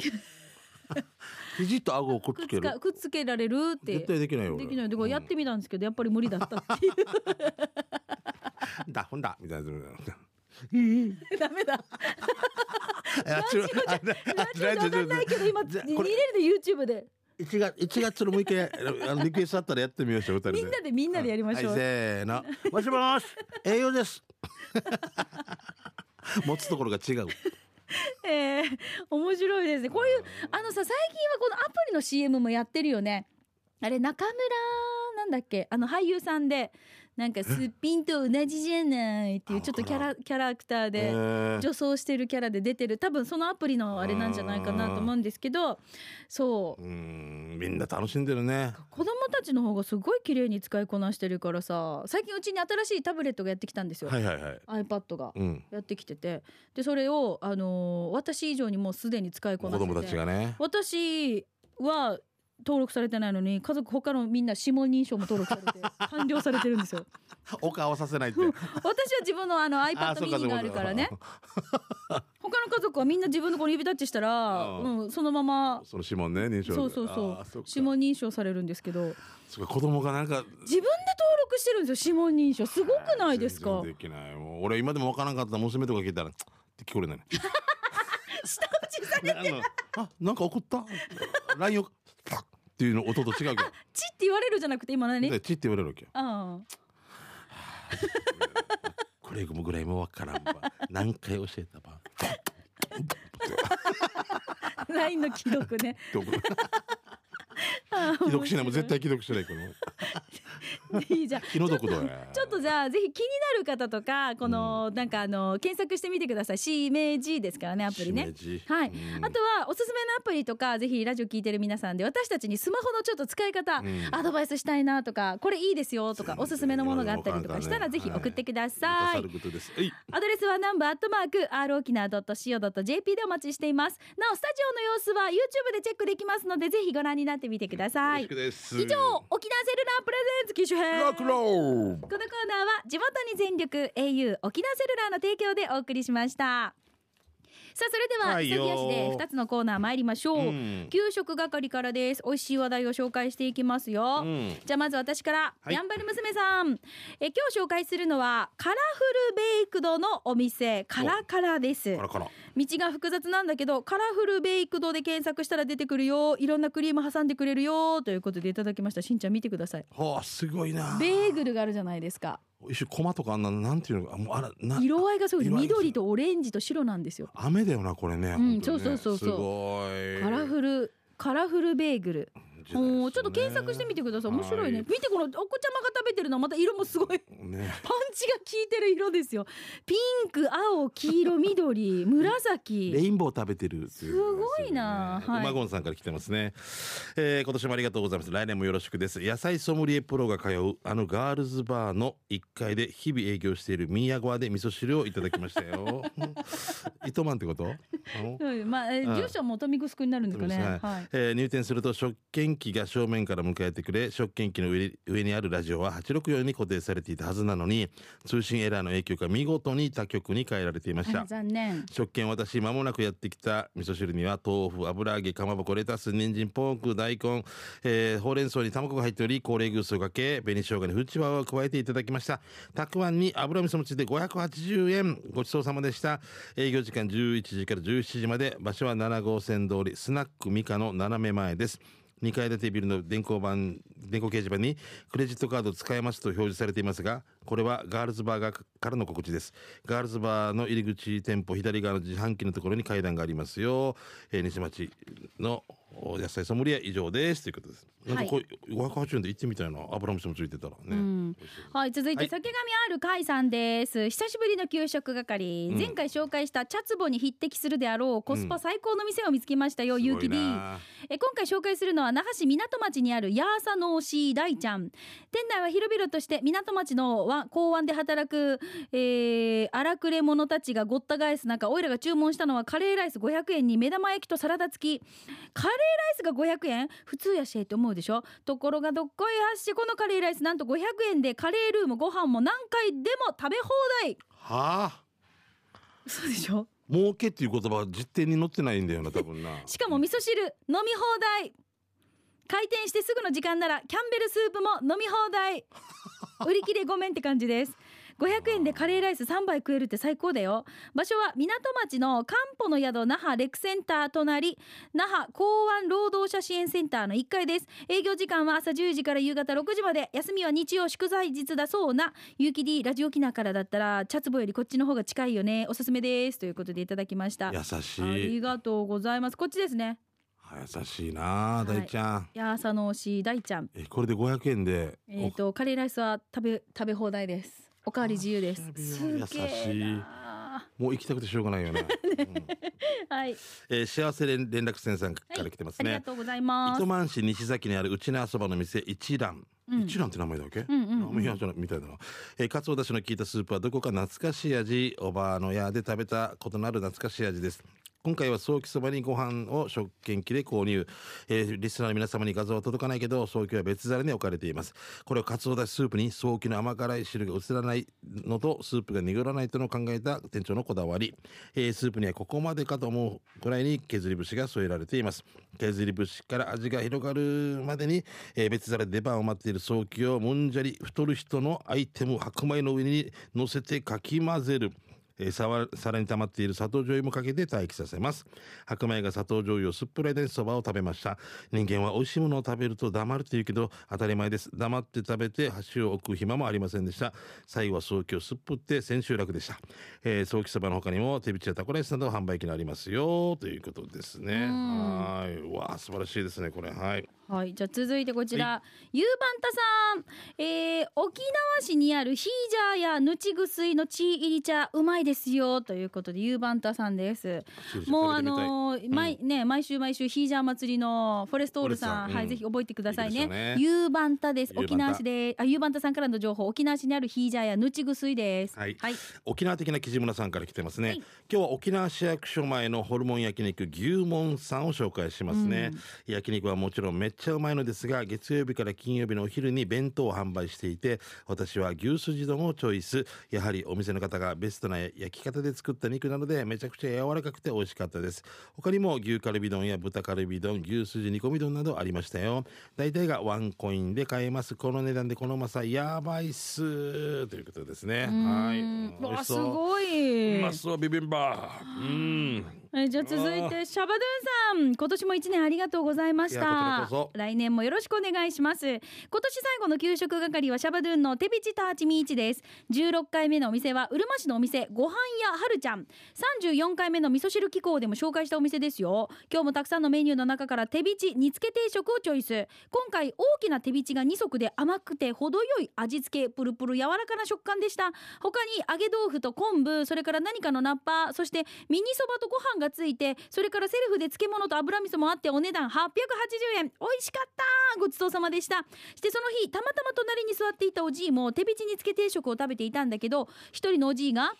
[SPEAKER 2] 肘と顎をくっ
[SPEAKER 1] くっ
[SPEAKER 2] つ
[SPEAKER 1] つ
[SPEAKER 2] け
[SPEAKER 1] か
[SPEAKER 2] る
[SPEAKER 1] くっつけられるって
[SPEAKER 2] 絶対できないよ俺
[SPEAKER 1] できないでこれやっ
[SPEAKER 2] う
[SPEAKER 1] てみたんですけどやっぱり無理だったっていう
[SPEAKER 2] んだほんだみたいなやつ
[SPEAKER 1] ダメだ
[SPEAKER 2] あ違うあ
[SPEAKER 1] ラジオでわかんないけど今
[SPEAKER 2] 違う違うじゃあ
[SPEAKER 1] 見
[SPEAKER 2] これ
[SPEAKER 1] れるで YouTube で
[SPEAKER 2] 1月1月の6日あのリクエストあったらやってみましょう二
[SPEAKER 1] み
[SPEAKER 2] 人で
[SPEAKER 1] んなでみんなでやりましょう、
[SPEAKER 2] はい、せーの もしもーし栄養です持つところが違う
[SPEAKER 1] えー、面白いですねこういうあのさ最近はこのアプリの CM もやってるよねあれ中村なんだっけあの俳優さんでなんかすっぴんと同じじゃないっていう
[SPEAKER 2] あ
[SPEAKER 1] ちょっとキャ
[SPEAKER 2] わ
[SPEAKER 1] ラキャラクターで
[SPEAKER 2] えー
[SPEAKER 1] 女装してるキャラで出てる多分そのアプリのあれなんじゃないかなと思うんですけどそう
[SPEAKER 2] うーんみんな楽しんでるね
[SPEAKER 1] 子供たちの方がすごい綺麗に使いこなしてるからさ最近うちに新しいタブレットがやってきたんですよ、
[SPEAKER 2] はいはいはい
[SPEAKER 1] iPad が。
[SPEAKER 2] うん
[SPEAKER 1] やってきててでそれを、あのー私以上にもうすでに使いこ
[SPEAKER 2] 子
[SPEAKER 1] なしてて
[SPEAKER 2] 供たちがね
[SPEAKER 1] 私は登録されてないのに家族他のみんな指紋認証も登録さ れて完了されてるんですよ
[SPEAKER 2] お顔させないって
[SPEAKER 1] 私は自分のあの iPad ミニがあるからね他の家族はみんな自分のこの指タッチしたら、
[SPEAKER 2] う
[SPEAKER 1] うん、そのまま
[SPEAKER 2] その指紋ね認証
[SPEAKER 1] そうそうそう
[SPEAKER 2] あーそっか
[SPEAKER 1] 指紋認証されるんですけど自分で
[SPEAKER 2] そっか子供がなんか
[SPEAKER 1] 登録してるんですよ指紋認証すごくないですか
[SPEAKER 2] 全然できないもう俺今でもわからんかった娘とか聞いたら「つっ」って聞こえない
[SPEAKER 1] 下打ちされ
[SPEAKER 2] あのあなんか怒った LINE を「パッ」っていうの音と違うけど
[SPEAKER 1] 「ち」って言われるじゃなくて今何
[SPEAKER 2] でチッて言われるわけよ
[SPEAKER 1] ああ
[SPEAKER 2] これぐらいもわからんば何回教えたばっ
[SPEAKER 1] LINE の既読ね
[SPEAKER 2] て怒る既読しないもう絶対既読しないこの
[SPEAKER 1] いいじゃん
[SPEAKER 2] 気の毒だよ
[SPEAKER 1] ちょっとじゃあぜひ気になる方とかこの、なんかあの検索してみてください CMG ですからねアプリね
[SPEAKER 2] しめ。じ
[SPEAKER 1] はい、
[SPEAKER 2] うん
[SPEAKER 1] あとはおすすめのアプリとかぜひラジオ聞いてる皆さんで私たちにスマホのちょっと使い方、
[SPEAKER 2] うん
[SPEAKER 1] アドバイスしたいなとかこれいいですよとか
[SPEAKER 2] 全然
[SPEAKER 1] おすすめのものがあったりとかしたら
[SPEAKER 2] いろいろわ
[SPEAKER 1] ぜひ送
[SPEAKER 2] かんない
[SPEAKER 1] ってください
[SPEAKER 2] はい、。ることですえい
[SPEAKER 1] アドレスはナンバーアットマーク r 沖縄 .co.jp でお待ちしていますなおスタジオの様子は YouTube でチェックできますのでぜひご覧になってみてください
[SPEAKER 2] よろしくです
[SPEAKER 1] 以上沖縄セルラープレゼンツ機種編
[SPEAKER 2] ロック
[SPEAKER 1] こ
[SPEAKER 2] ロー
[SPEAKER 1] のコーナーは地元に全力 au 沖縄セルラーの提供でお送りしましたさあそれでは
[SPEAKER 2] はい
[SPEAKER 1] 潔
[SPEAKER 2] よ
[SPEAKER 1] 足で2つのコーナー参りましょう、
[SPEAKER 2] うん
[SPEAKER 1] 給食係からです美味しい話題を紹介していきますよ、
[SPEAKER 2] うん
[SPEAKER 1] じゃあまず私から、
[SPEAKER 2] はい
[SPEAKER 1] やんばる娘さんえ今日紹介するのはカラフルベイクドのお店カラカラです
[SPEAKER 2] カラカラ
[SPEAKER 1] 道が複雑なんだけどカラフルベイクドで検索したら出てくるよいろんなクリーム挟んでくれるよということでいただきましたしんちゃん見てください
[SPEAKER 2] はあすごいな
[SPEAKER 1] ベーグルがあるじゃないですか
[SPEAKER 2] 一種コマとかあんなのなんていうのあもうあらな
[SPEAKER 1] 色合いがすごいです
[SPEAKER 2] 色合いです
[SPEAKER 1] 緑とオレンジと白なんですよ
[SPEAKER 2] 雨だよなこれね、
[SPEAKER 1] ん
[SPEAKER 2] 本当に
[SPEAKER 1] そう
[SPEAKER 2] ね
[SPEAKER 1] そうそうそう
[SPEAKER 2] すごい
[SPEAKER 1] カラフルカラフルベーグル、
[SPEAKER 2] 時代ですね
[SPEAKER 1] おーちょっと検索してみてください面白いね
[SPEAKER 2] は
[SPEAKER 1] 見てこのお子ちゃまが食べてるのまた色もすごい
[SPEAKER 2] ね
[SPEAKER 1] パンチが効いてる色ですよピンク青黄色 緑紫
[SPEAKER 2] レインボー食べてるっていうのが
[SPEAKER 1] すごいな
[SPEAKER 2] すごいね
[SPEAKER 1] はい
[SPEAKER 2] 馬込さんから来てますね、えー今年もありがとうございます来年もよろしくです野菜ソムリエプロが通うあのガールズバーの1階で日々営業しているミーヤゴアで味噌汁をいただきまし たよ糸満ってことうん
[SPEAKER 1] うんまあ、えー
[SPEAKER 2] うん
[SPEAKER 1] 住所はもとみくすくになるんですかね、
[SPEAKER 2] はい
[SPEAKER 1] はい
[SPEAKER 2] えー入店すると食券機が正面から迎えてくれ食券機の上に上にあるラジオは864に固定されていたはずなのに通信エラーの影響か見事に他局に変えられていまし
[SPEAKER 1] あ
[SPEAKER 2] た
[SPEAKER 1] 残念
[SPEAKER 2] 食券私間もなくやってきた味噌汁には豆腐油揚げかまぼこレタス人参ポーク大根、えーほうれん草に卵が入っており高齢グースをかけ紅生姜にフチワワを加えていただきましたたくあんに油味噌もついて580円ごちそうさまでした営業時間11時から17時まで場所は7号線通りスナックミカの斜め前です2階建てビルの電光板、電光掲示板にクレジットカード使えますと表示されていますが、これはガールズバーがからの告知です。ガールズバーの入り口店舗左側の自販機のところに階段がありますよ。えー西町のお野菜ソムリエ以上ですということです。なんかこう、580円で行ってみたいな油味噌もついてたらね。
[SPEAKER 1] はい、続い
[SPEAKER 2] は
[SPEAKER 1] て、
[SPEAKER 2] い
[SPEAKER 1] 酒神ある海さんです。久しぶりの給食係。前回紹介した茶壺に匹敵するであろうコスパ最高の店を見つけましたよ、ゆうき
[SPEAKER 2] すご
[SPEAKER 1] B
[SPEAKER 2] い。な
[SPEAKER 1] え今回紹介するのは那覇市港町にあるヤーサノーシー大ちゃん店内は広々として港町の湾港湾で働く、えー荒くれ者たちがごった返す中オイラが注文したのはカレーライス500円に目玉焼きとサラダ付きカレーライスが500円普通やしって思うでしょところがどっこいはっしこのカレーライスなんと500円でカレールーもご飯も何回でも食べ放題
[SPEAKER 2] はあ。
[SPEAKER 1] そうでしょ
[SPEAKER 2] 儲けっていう言葉は実典に載ってないんだよな、多分な。
[SPEAKER 1] しかも味噌汁飲み放題開店してすぐの時間ならキャンベルスープも飲み放題売り切れごめんって感じです500円でカレーライス3杯食えるって最高だよ場所は港町の漢方の宿那覇レクセンター隣那覇港湾労働者支援センターの1階です営業時間は朝10時から夕方6時まで休みは日曜祝祭日だそうな有機 D ラジオキナからだったらチャツボよりこっちの方が近いよねおすすめですということでいただきました
[SPEAKER 2] 優し
[SPEAKER 1] あり
[SPEAKER 2] い
[SPEAKER 1] がとうございますこっちですね
[SPEAKER 2] あ優しいな
[SPEAKER 1] は
[SPEAKER 2] あ
[SPEAKER 1] い
[SPEAKER 2] 大ちゃん
[SPEAKER 1] いやー佐野市大ちゃん
[SPEAKER 2] えこれで500円で
[SPEAKER 1] えっ、とカレーライスは食べ食べ放題ですおかわり自由です
[SPEAKER 2] 優しい
[SPEAKER 1] すげーな
[SPEAKER 2] おもう行きたくてしょうがない よねうん
[SPEAKER 1] ーはい、
[SPEAKER 2] えー幸せ連連絡船さんから来てます
[SPEAKER 1] あり
[SPEAKER 2] ね、
[SPEAKER 1] がとうございます
[SPEAKER 2] 糸満市西崎にあるうちなそばの店一蘭、
[SPEAKER 1] うん
[SPEAKER 2] 一蘭って名前だっけ、
[SPEAKER 1] うんうんうん
[SPEAKER 2] あもういやじゃないみたいだな、えー、かつおだしの効いたスープはどこか懐かしい味おばあの屋で食べたことのある懐かしい味です今回は早期そばにご飯を食券機で購入、えーリスナーの皆様に画像は届かないけど早期は別皿に置かれていますこれをかつおだしスープに早期の甘辛い汁が移らないのとスープが濁らないとの考えた店長のこだわり、えースープにはここまでかと思うくらいに削り節が添えられています削り節から味が広がるまでに、えー別皿で出番を待っている早期をもんじゃり太る人のアイテムを白米の上に乗せてかき混ぜるえーさわ皿に溜まっている砂糖醤油もかけて待機させます白米が砂糖醤油をすっぷらいでそばを食べました人間は美味しいものを食べると黙るというけど当たり前です黙って食べて箸を置く暇もありませんでした最後は早期をすっぷって千秋楽でした、えー、早期そばの他にも手びちやタコライスなど販売機がありますよということですね
[SPEAKER 1] うん
[SPEAKER 2] はーいうわあ素晴らしいですねこれはい
[SPEAKER 1] はい、じゃあ続いてこちら、ゆうばんたさん、えー、沖縄市にあるヒージャーやぬちぐすいのチー入り茶うまいですよということでゆうばんたさんです。もうあのー毎ね毎週毎週ヒージャー祭りのフォレストオールさん
[SPEAKER 2] フォレストさん
[SPEAKER 1] は
[SPEAKER 2] う
[SPEAKER 1] い
[SPEAKER 2] ん
[SPEAKER 1] ぜひ覚えてください
[SPEAKER 2] いいですよ
[SPEAKER 1] ね
[SPEAKER 2] ね。
[SPEAKER 1] ゆうばんたです。
[SPEAKER 2] ゆうばんた
[SPEAKER 1] 沖縄市であゆうばんたさんからの情報沖縄市にあるヒージャーやぬちぐすいです。
[SPEAKER 2] はい
[SPEAKER 1] はい、
[SPEAKER 2] 沖縄的な木地村さんから来てますね、
[SPEAKER 1] はい
[SPEAKER 2] 今日は沖縄市役所前のホルモン焼肉牛門さんを紹介しますね、焼肉はもちろんめっちゃうまいのですが月曜日から金曜日のお昼に弁当を販売していて私は牛すじ丼をチョイスやはりお店の方がベストな焼き方で作った肉なのでめちゃくちゃ柔らかくて美味しかったです他にも牛カルビ丼や豚カルビ丼牛すじ煮込み丼などありましたよ大体がワンコインで買えますこの値段でこのうまさやばいっすということですねは
[SPEAKER 1] う
[SPEAKER 2] い
[SPEAKER 1] ん
[SPEAKER 2] 美味
[SPEAKER 1] わ
[SPEAKER 2] し
[SPEAKER 1] す
[SPEAKER 2] そう
[SPEAKER 1] ご
[SPEAKER 2] う
[SPEAKER 1] い。
[SPEAKER 2] まそうビビンバうん
[SPEAKER 1] えじゃあ続いてシャバドゥンさん今年も一年ありがとうございまし
[SPEAKER 2] いや
[SPEAKER 1] た
[SPEAKER 2] こちらこそ
[SPEAKER 1] 来年もよろしくお願いします今年最後の給食係はシャバドゥンのテビチターチミーチです16回目のお店はうるま市のお店ご飯屋はるちゃん34回目の味噌汁機構でも紹介したお店ですよ今日もたくさんのメニューの中から手びち煮付け定食をチョイス今回大きな手びちが2足で甘くて程よい味付けプルプル柔らかな食感でした他に揚げ豆腐と昆布それから何かのナッパそしてミニそばとご飯がついてそれからセルフで漬物と油味噌もあってお値段880円美味しかったごちそうさまでしたしてその日たまたま隣に座っていたおじいも手びちにつけ定食を食べていたんだけど一人のおじいが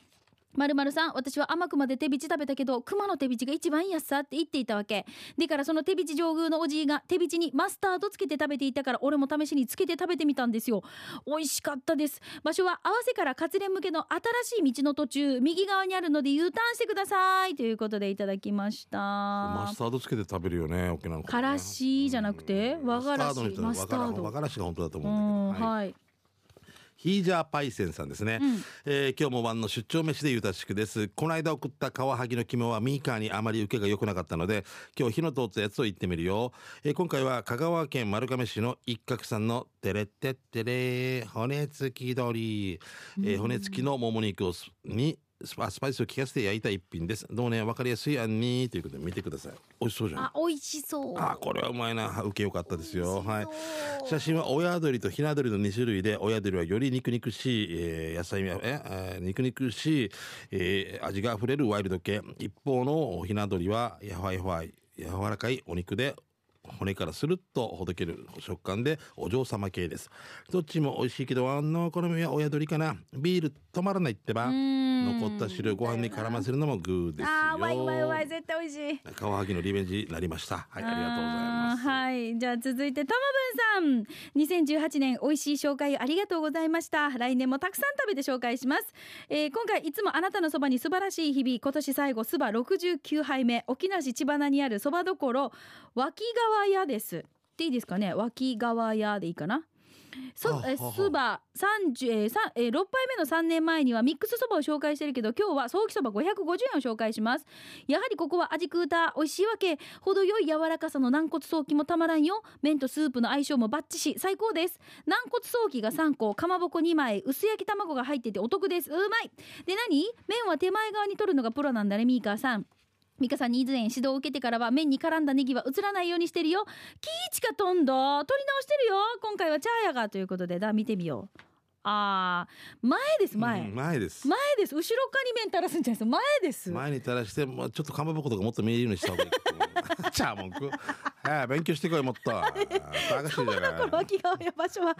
[SPEAKER 1] まるまるさん私は甘くまで手びち食べたけど熊の手びちが一番いいやつさって言っていたわけでからその手びち上宮のおじいが手びちにマスタードつけて食べていたから俺も試しにつけて食べてみたんですよ美味しかったです場所は合わせから勝連向けの新しい道の途中右側にあるので U ターンしてくださいということでいただきました
[SPEAKER 2] マスタードつけて食べるよね沖縄の子ね
[SPEAKER 1] からしじゃなくて和がらし
[SPEAKER 2] うん
[SPEAKER 1] マ
[SPEAKER 2] マ
[SPEAKER 1] ス
[SPEAKER 2] ス
[SPEAKER 1] タ
[SPEAKER 2] タ
[SPEAKER 1] ード
[SPEAKER 2] ードの人は和がら和がらしが本当だと
[SPEAKER 1] う
[SPEAKER 2] 思うん
[SPEAKER 1] ん
[SPEAKER 2] だけどはい
[SPEAKER 1] はい
[SPEAKER 2] ヒージャーパイセンさんですね、
[SPEAKER 1] うん
[SPEAKER 2] えー今日も晩の出張飯でゆたしくですこの間送ったカワハギの肝はミーカーにあまり受けが良くなかったので今日火の通ったやつを言ってみるよ、えー今回は香川県丸亀市の一角産のテレッテッテレー骨付き鶏、えー骨付きのもも肉をすにスパスパイスを効かせて焼いた一品ですどうね分かりやすい案にということで見てください美味しそうじゃん
[SPEAKER 1] あ美味しそう
[SPEAKER 2] あーこれはうまいな受けよかったですよはい写真は親鳥とひな鳥の2種類で親鳥はより肉肉しい、えー野菜やええー肉肉しい、えー味があふれるワイルド系一方のひな鳥はやわやわい柔らかいお肉で骨からスルッとほどける食感でお嬢様系ですどっちも美味しいけどあの好みは親鳥かなビール止まらないってば
[SPEAKER 1] ん
[SPEAKER 2] 残った汁をご飯に絡ませるのもグーですよ
[SPEAKER 1] あーうまいうまいうまい絶対美味しい
[SPEAKER 2] カワハギのリベンジになりました。はい、ありがとうございます。
[SPEAKER 1] あーはい。じゃあ続いて、たまぶんさん。2018年、美味しい紹介ありがとうございました。来年もたくさん食べて紹介します。えー今回、いつもあなたのそばに素晴らしい日々、今年最後、そば69杯目、沖縄市千葉にあるそばどころ、脇川屋です。っていいですかね脇川屋でいいかなそ
[SPEAKER 2] あ
[SPEAKER 1] え
[SPEAKER 2] はは
[SPEAKER 1] そば30えーさんえー6杯目の3年前にはミックスそばを紹介してるけど今日はソーキそば550円を紹介しますやはりここは味クーター美味しいわけ程よい柔らかさの軟骨ソーキもたまらんよ麺とスープの相性もバッチし最高です軟骨ソーキが3個かまぼこ2枚薄焼き卵が入っててお得ですうまいで何麺は手前側に取るのがプロなんだねミーカーさんミカさんに以前指導を受けてからは麺に絡んだネギは映らないようにしてるよキーチかとんど取り直してるよ今回はチャーヤがということでだ見てみようあー前です前、
[SPEAKER 2] うん前です
[SPEAKER 1] 前です後ろかに麺垂らすんじゃないです前です
[SPEAKER 2] 前に垂らしてもうちょっとかまぼことかもっと見えるようにした方がいいと思 うじゃあ文句は勉強してこいもっとバカしてるじゃない
[SPEAKER 1] この秋川や場所は沖縄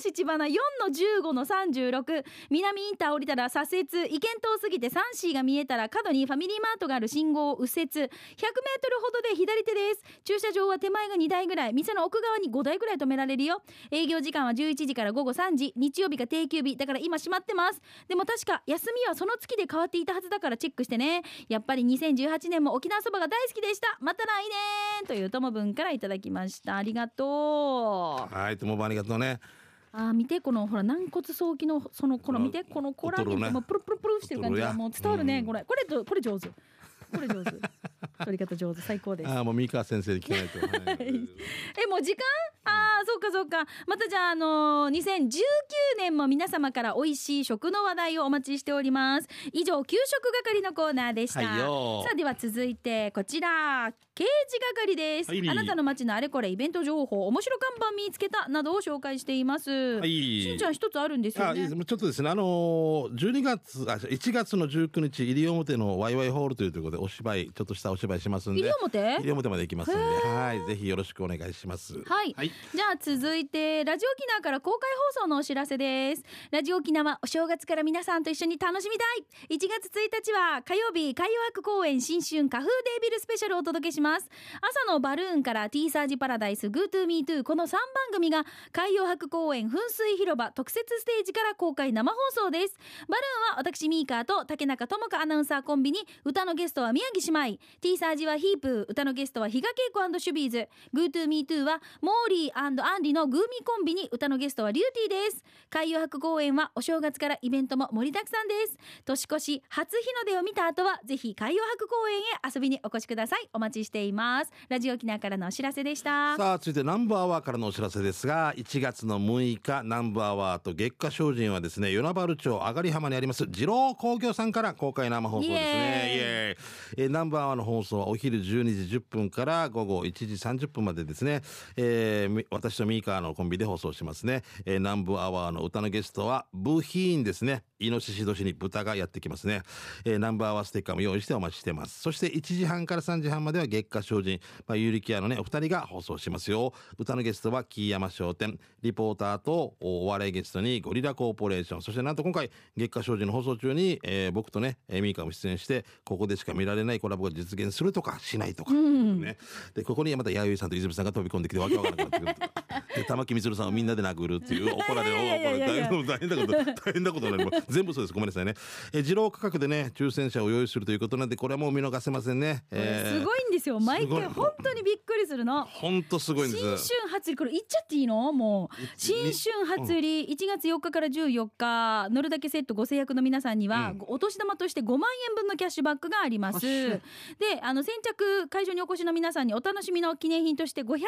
[SPEAKER 1] 市千葉な4の15の36南インター降りたら左折意見島過ぎて 3C が見えたら角にファミリーマートがある信号を右折1 0 0メートルほどで左手です駐車場は手前が2台ぐらい店の奥側に5台ぐらい止められるよ営業時間は11時から午後3時日曜日が定休日だから今閉まってますでも確か休みはその月で変わっていたはずだからチェックしてねやっぱり2018年も沖縄そばが大好きでしたまた来年というともぶんからいただきましたありがとう
[SPEAKER 2] はいともばありがとうね
[SPEAKER 1] あー見てこのほら軟骨早期のそのこの見てこのコラーゲン
[SPEAKER 2] 踊る
[SPEAKER 1] が
[SPEAKER 2] ね
[SPEAKER 1] もうプルプルプルしてる感じ
[SPEAKER 2] 踊る
[SPEAKER 1] が
[SPEAKER 2] や
[SPEAKER 1] もう伝わるね、
[SPEAKER 2] うん
[SPEAKER 1] これこれとこれ上手これ 上手取り方上手最高です
[SPEAKER 2] ああもう三川先生に聞かないと、はい
[SPEAKER 1] えもう時間ああそうかそうかまたじゃああのー2019年も皆様から美味しい食の話題をお待ちしております以上給食係のコーナーでした、
[SPEAKER 2] はいよー
[SPEAKER 1] さあでは続いてこちら刑事係です、
[SPEAKER 2] はい
[SPEAKER 1] あなたの街のあれこれイベント情報面白看板見つけたなどを紹介しています、
[SPEAKER 2] はい
[SPEAKER 1] しんちゃん一つあるんですよ
[SPEAKER 2] あいい
[SPEAKER 1] ね
[SPEAKER 2] ですちょっとですね、あのー、12月、あ、1月の19日、西表のワイワイホールというところでお芝居、ちょっとしたお芝居しますん
[SPEAKER 1] 西
[SPEAKER 2] で、
[SPEAKER 1] 表
[SPEAKER 2] 西表まで行きますんで、はい、ぜひよろしくお願いします。
[SPEAKER 1] はい、
[SPEAKER 2] はい
[SPEAKER 1] じゃあ続いてラジオ沖縄から公開放送のお知らせですラジオ沖縄お正月から皆さんと一緒に楽しみたい1月1日は火曜日海洋博公園新春花風デービルスペシャルをお届けします朝のバルーンからティーサージパラダイスグートゥーミートゥーこの3番組が海洋博公園噴水広場特設ステージから公開生放送ですバルーンは私ミーカーと竹中智香アナウンサーコンビに歌のゲストは宮城姉妹 T サージはヒープー歌のゲストは比嘉恵子シュビーズ GoToMeToo はモーリーアンリのグーミーコンビに歌のゲストはリューティーです海洋博公園はお正月からイベントも盛りだくさんです年越し初日の出を見た後はぜひ海洋博公園へ遊びにお越しくださいお待ちしていますラジオ沖縄からのお知らせでした
[SPEAKER 2] さあ続いてナンバーアワーからのお知らせですが1月の6日ナンバーアワーと月下精進はですね与那原町上がり浜にあります二郎工業さんから公開生放送です
[SPEAKER 1] イ
[SPEAKER 2] ね
[SPEAKER 1] エーイ
[SPEAKER 2] イエーイえーナンバーアワーの放送はお昼12時10分から午後1時30分までですね、えーみ私とミーカーのコンビで放送しますね、えーナンバーアワーの歌のゲストはブヒーンですねイノシシ年に豚がやってきますね、えーナンバーアワーステッカーも用意してお待ちしてますそして1時半から3時半までは月下精進、まあ、ユーリキアのねお二人が放送しますよ歌のゲストは木山商店リポーターとおお笑いゲストにゴリラコーポレーションそしてなんと今回月下精進の放送中に、えー僕とねえーミーカも出演してここでしか見られないコラボが実現するとかしないとか、ね、でここにまた弥生さんと泉さんが飛び込んできてわけわからなくなってくるとかで玉木光さんをみんなで殴るっていう怒られる
[SPEAKER 1] いやいやいやいやいや
[SPEAKER 2] 怒られる大変なこと大変なことになります全部そうですごめんなさいねえー二郎価格でね抽選者を用意するということなんでこれはもう見逃せませんね、えー
[SPEAKER 1] すごいんですよ毎
[SPEAKER 2] すごい
[SPEAKER 1] 回本当にびっくりするの
[SPEAKER 2] ほんとすごいん
[SPEAKER 1] 新
[SPEAKER 2] です
[SPEAKER 1] 春初売りこれ言っちゃっていいのもう新春初売り1月4日から14日乗るだけセットご制約の皆さんには、
[SPEAKER 2] うん
[SPEAKER 1] お年玉として5万円分のキャッシュバックがありま
[SPEAKER 2] あ
[SPEAKER 1] す
[SPEAKER 2] そう
[SPEAKER 1] であの先着会場にお越しの皆さんにお楽しみの記念品として500名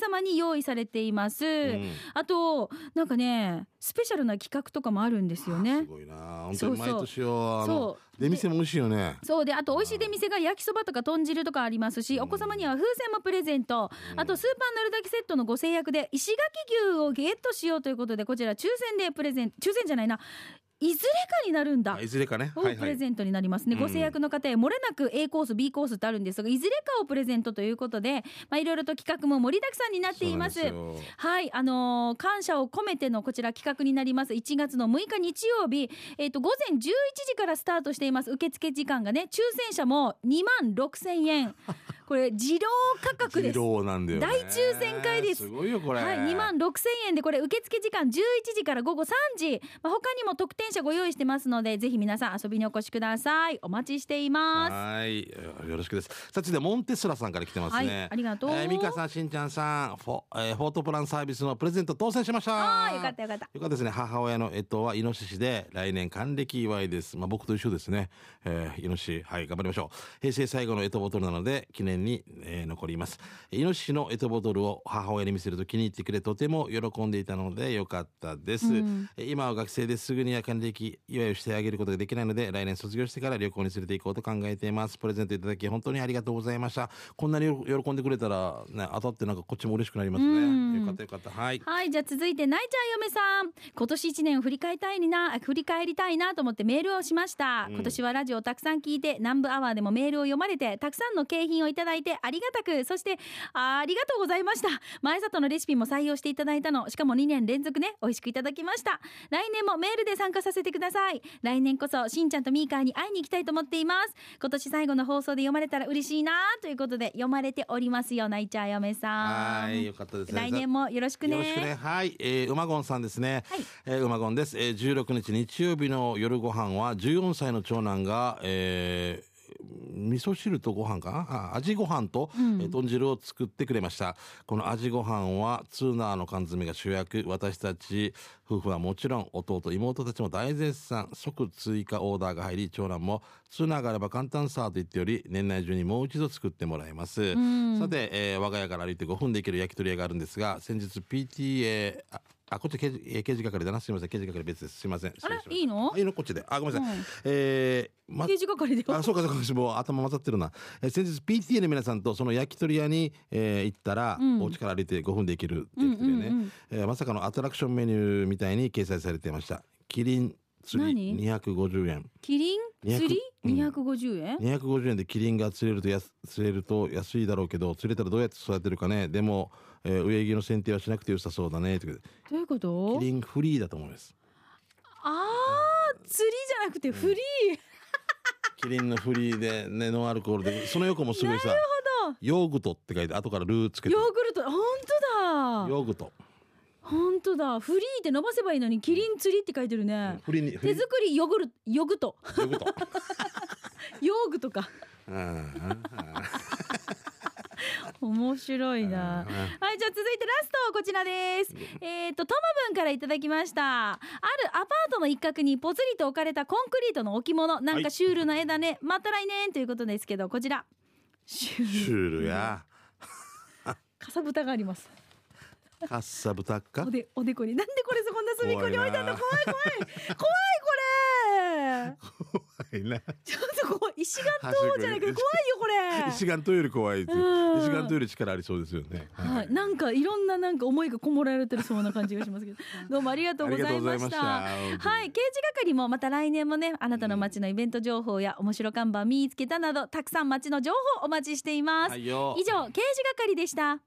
[SPEAKER 1] 様に用意されています、
[SPEAKER 2] うん
[SPEAKER 1] あとなんかねスペシャルな企画とかもあるんですよ
[SPEAKER 2] す
[SPEAKER 1] ね
[SPEAKER 2] ごいな本当に毎
[SPEAKER 1] そう
[SPEAKER 2] 年よあの
[SPEAKER 1] そう
[SPEAKER 2] 出店も美味しいよね
[SPEAKER 1] そうであと美味しい出店が焼きそばとか豚汁とかありますしお子様には風船もプレゼント
[SPEAKER 2] うん
[SPEAKER 1] あとスーパーなるだけセットのご制約で石垣牛をゲットしようということでこちら抽選でプレゼン抽選じゃないないずれかになるんだ
[SPEAKER 2] あいずれかね
[SPEAKER 1] を
[SPEAKER 2] はい
[SPEAKER 1] プ
[SPEAKER 2] は
[SPEAKER 1] レ
[SPEAKER 2] い
[SPEAKER 1] ゼントになりますね、
[SPEAKER 2] うん
[SPEAKER 1] ご制約の方へ漏れなく A コース B コースってあるんですがいずれかをプレゼントということでまあいろいろと企画も盛りだくさんになっています
[SPEAKER 2] そうなんでよ
[SPEAKER 1] はい、あのー感謝を込めてのこちら企画になります。1月の6日日曜日、えっ、と、午前11時からスタートしています。受付時間がね、抽選者も2万6千円。これ自動価格です
[SPEAKER 2] 二郎なんだよね
[SPEAKER 1] 大抽選会です
[SPEAKER 2] すごいよこれ
[SPEAKER 1] はい、2万6000円でこれ受付時間11時から午後3時、まあ、他にも特典車ご用意してますのでぜひ皆さん遊びにお越しくださいお待ちしていま
[SPEAKER 2] はいよろしくですさあ続いてモンテスラさんから来てますすね、
[SPEAKER 1] はいありがとう、
[SPEAKER 2] えー、ミカさん、しんちゃんさん、フォ,、えーフォートプランサービスのプレゼント当選しました。
[SPEAKER 1] あーよかったよかった
[SPEAKER 2] よかったですね。母親のえっとはイノシシで、来年還暦祝いです。まあ僕と一緒ですね。えーイノシシ、はい、頑張りましょう。平成最後のえとボトルなので、記念に、えー残ります。イノシシのえとボトルを母親に見せると気に入ってくれ、とても喜んでいたのでよかったです。
[SPEAKER 1] うん
[SPEAKER 2] えー今は学生ですぐには還暦祝いをしてあげることができないので、来年卒業してから旅行に連れて行こうと考えています。プレゼントいただき、本当にありがとうございました。こんなに喜んでくれたら、ね、当たってなんかこっちも嬉しくなります
[SPEAKER 1] うん
[SPEAKER 2] ね。よかったよかった。はい。
[SPEAKER 1] はいじゃあ続いてないちゃん嫁さん今年1年を振り返りたいなあ振り返りたいなと思ってメールをしました、
[SPEAKER 2] うん
[SPEAKER 1] 今年はラジオをたくさん聞いて南部アワーでもメールを読まれてたくさんの景品をいただいてありがたくそしてあありがとうございました前里のレシピも採用していただいたのしかも2年連続ね美味しくいただきました来年もメールで参加させてください来年こそしんちゃんとみーかーに会いに行きたいと思っています今年最後の放送で読まれたら嬉しいなということで読まれておりますよないちゃん嫁さん
[SPEAKER 2] はい、よかったですね。
[SPEAKER 1] 来年もよろしくね
[SPEAKER 2] よろしくね。はい、えー、馬ゴンさんですね。
[SPEAKER 1] はい
[SPEAKER 2] えー、馬ゴンです。えー、16日日曜日の夜ご飯は14歳の長男が、えー味噌汁とご飯かなあ味ご飯と、えー豚汁を作ってくれましたこの味ご飯はツーナーの缶詰が主役私たち夫婦はもちろん弟妹たちも大絶賛即追加オーダーが入り長男もツーナーがあれば簡単さと言っており年内中にもう一度作ってもらいます、さて、えー我が家から歩いて5分で行ける焼き鳥屋があるんですが先日 PTA ああこっち刑事えー刑事係だなすみません刑事係別ですすみません失
[SPEAKER 1] あ
[SPEAKER 2] 礼
[SPEAKER 1] ら
[SPEAKER 2] しました
[SPEAKER 1] いいの
[SPEAKER 2] あいいのこっちであごめんなさ
[SPEAKER 1] う
[SPEAKER 2] い、
[SPEAKER 1] ん
[SPEAKER 2] えーま
[SPEAKER 1] 刑事係で
[SPEAKER 2] あそうかそうかもう頭混ざってるな、えー先日 PTA の皆さんとその焼き鳥屋に、えー行ったら、
[SPEAKER 1] うん
[SPEAKER 2] お家から歩いて5分で行けるって言ってね、
[SPEAKER 1] うんうんうん
[SPEAKER 2] えーまさかのアトラクションメニューみたいに掲載されていましたキリン釣り
[SPEAKER 1] 何
[SPEAKER 2] 250円
[SPEAKER 1] キリン
[SPEAKER 2] 200
[SPEAKER 1] 釣り
[SPEAKER 2] うん
[SPEAKER 1] 250円、
[SPEAKER 2] 250円でキリンが釣れるとやす釣れると安いだろうけど釣れたらどうやって育てるかねでも、えー植木の剪定はしなくて良さそうだねということで
[SPEAKER 1] どういうこと
[SPEAKER 2] キリンフリーだと思います
[SPEAKER 1] あー釣りじゃなくてフリー、
[SPEAKER 2] キリンのフリーで、ね、ノンアルコールで その横もすごいさヨーグトって書いて後からルーつけて
[SPEAKER 1] ヨーグルト本当だ
[SPEAKER 2] ヨーグト
[SPEAKER 1] 本当だフリーって伸ばせばいいのにキリン釣りって書いてるね、
[SPEAKER 2] フリーにフリ
[SPEAKER 1] 手
[SPEAKER 2] ー
[SPEAKER 1] 作りヨーグルヨーグト
[SPEAKER 2] ヨーグト
[SPEAKER 1] ヨーグとか
[SPEAKER 2] うんうんうん
[SPEAKER 1] 面白いなはい、じゃあ続いてラスト、こちらです。えっ、と、トムブンからいただきました。あるアパートの一角にぽつりと置かれたコンクリートの置物。なん
[SPEAKER 2] は
[SPEAKER 1] か
[SPEAKER 2] い
[SPEAKER 1] シュールな絵だね。また来年ということですけど、こちら。シュー
[SPEAKER 2] シ
[SPEAKER 1] ル。
[SPEAKER 2] ュールや
[SPEAKER 1] かさぶたがあります。
[SPEAKER 2] カッサブタか
[SPEAKER 1] おで、おでこに。なんでこれそこんな隅っこに置いてあんの怖い
[SPEAKER 2] 怖
[SPEAKER 1] 怖い。怖いこれ。
[SPEAKER 2] いな
[SPEAKER 1] ちょっとこう、石が塔じゃない けど怖いよこれ。
[SPEAKER 2] 石岩島より怖いって
[SPEAKER 1] うん
[SPEAKER 2] 石岩島より力ありそうですよね
[SPEAKER 1] はい、なんかいろんななんか思いがこもられてるそうな感じがし ますけど、どうもありがとうございました。
[SPEAKER 2] ありがとうございました
[SPEAKER 1] はい、刑事係もまた来年もね、あなたの街のイベント情報や面白看板見つけたなど、たくさん街の情報お待ちしています。
[SPEAKER 2] はいよ
[SPEAKER 1] 以上、刑事係でした。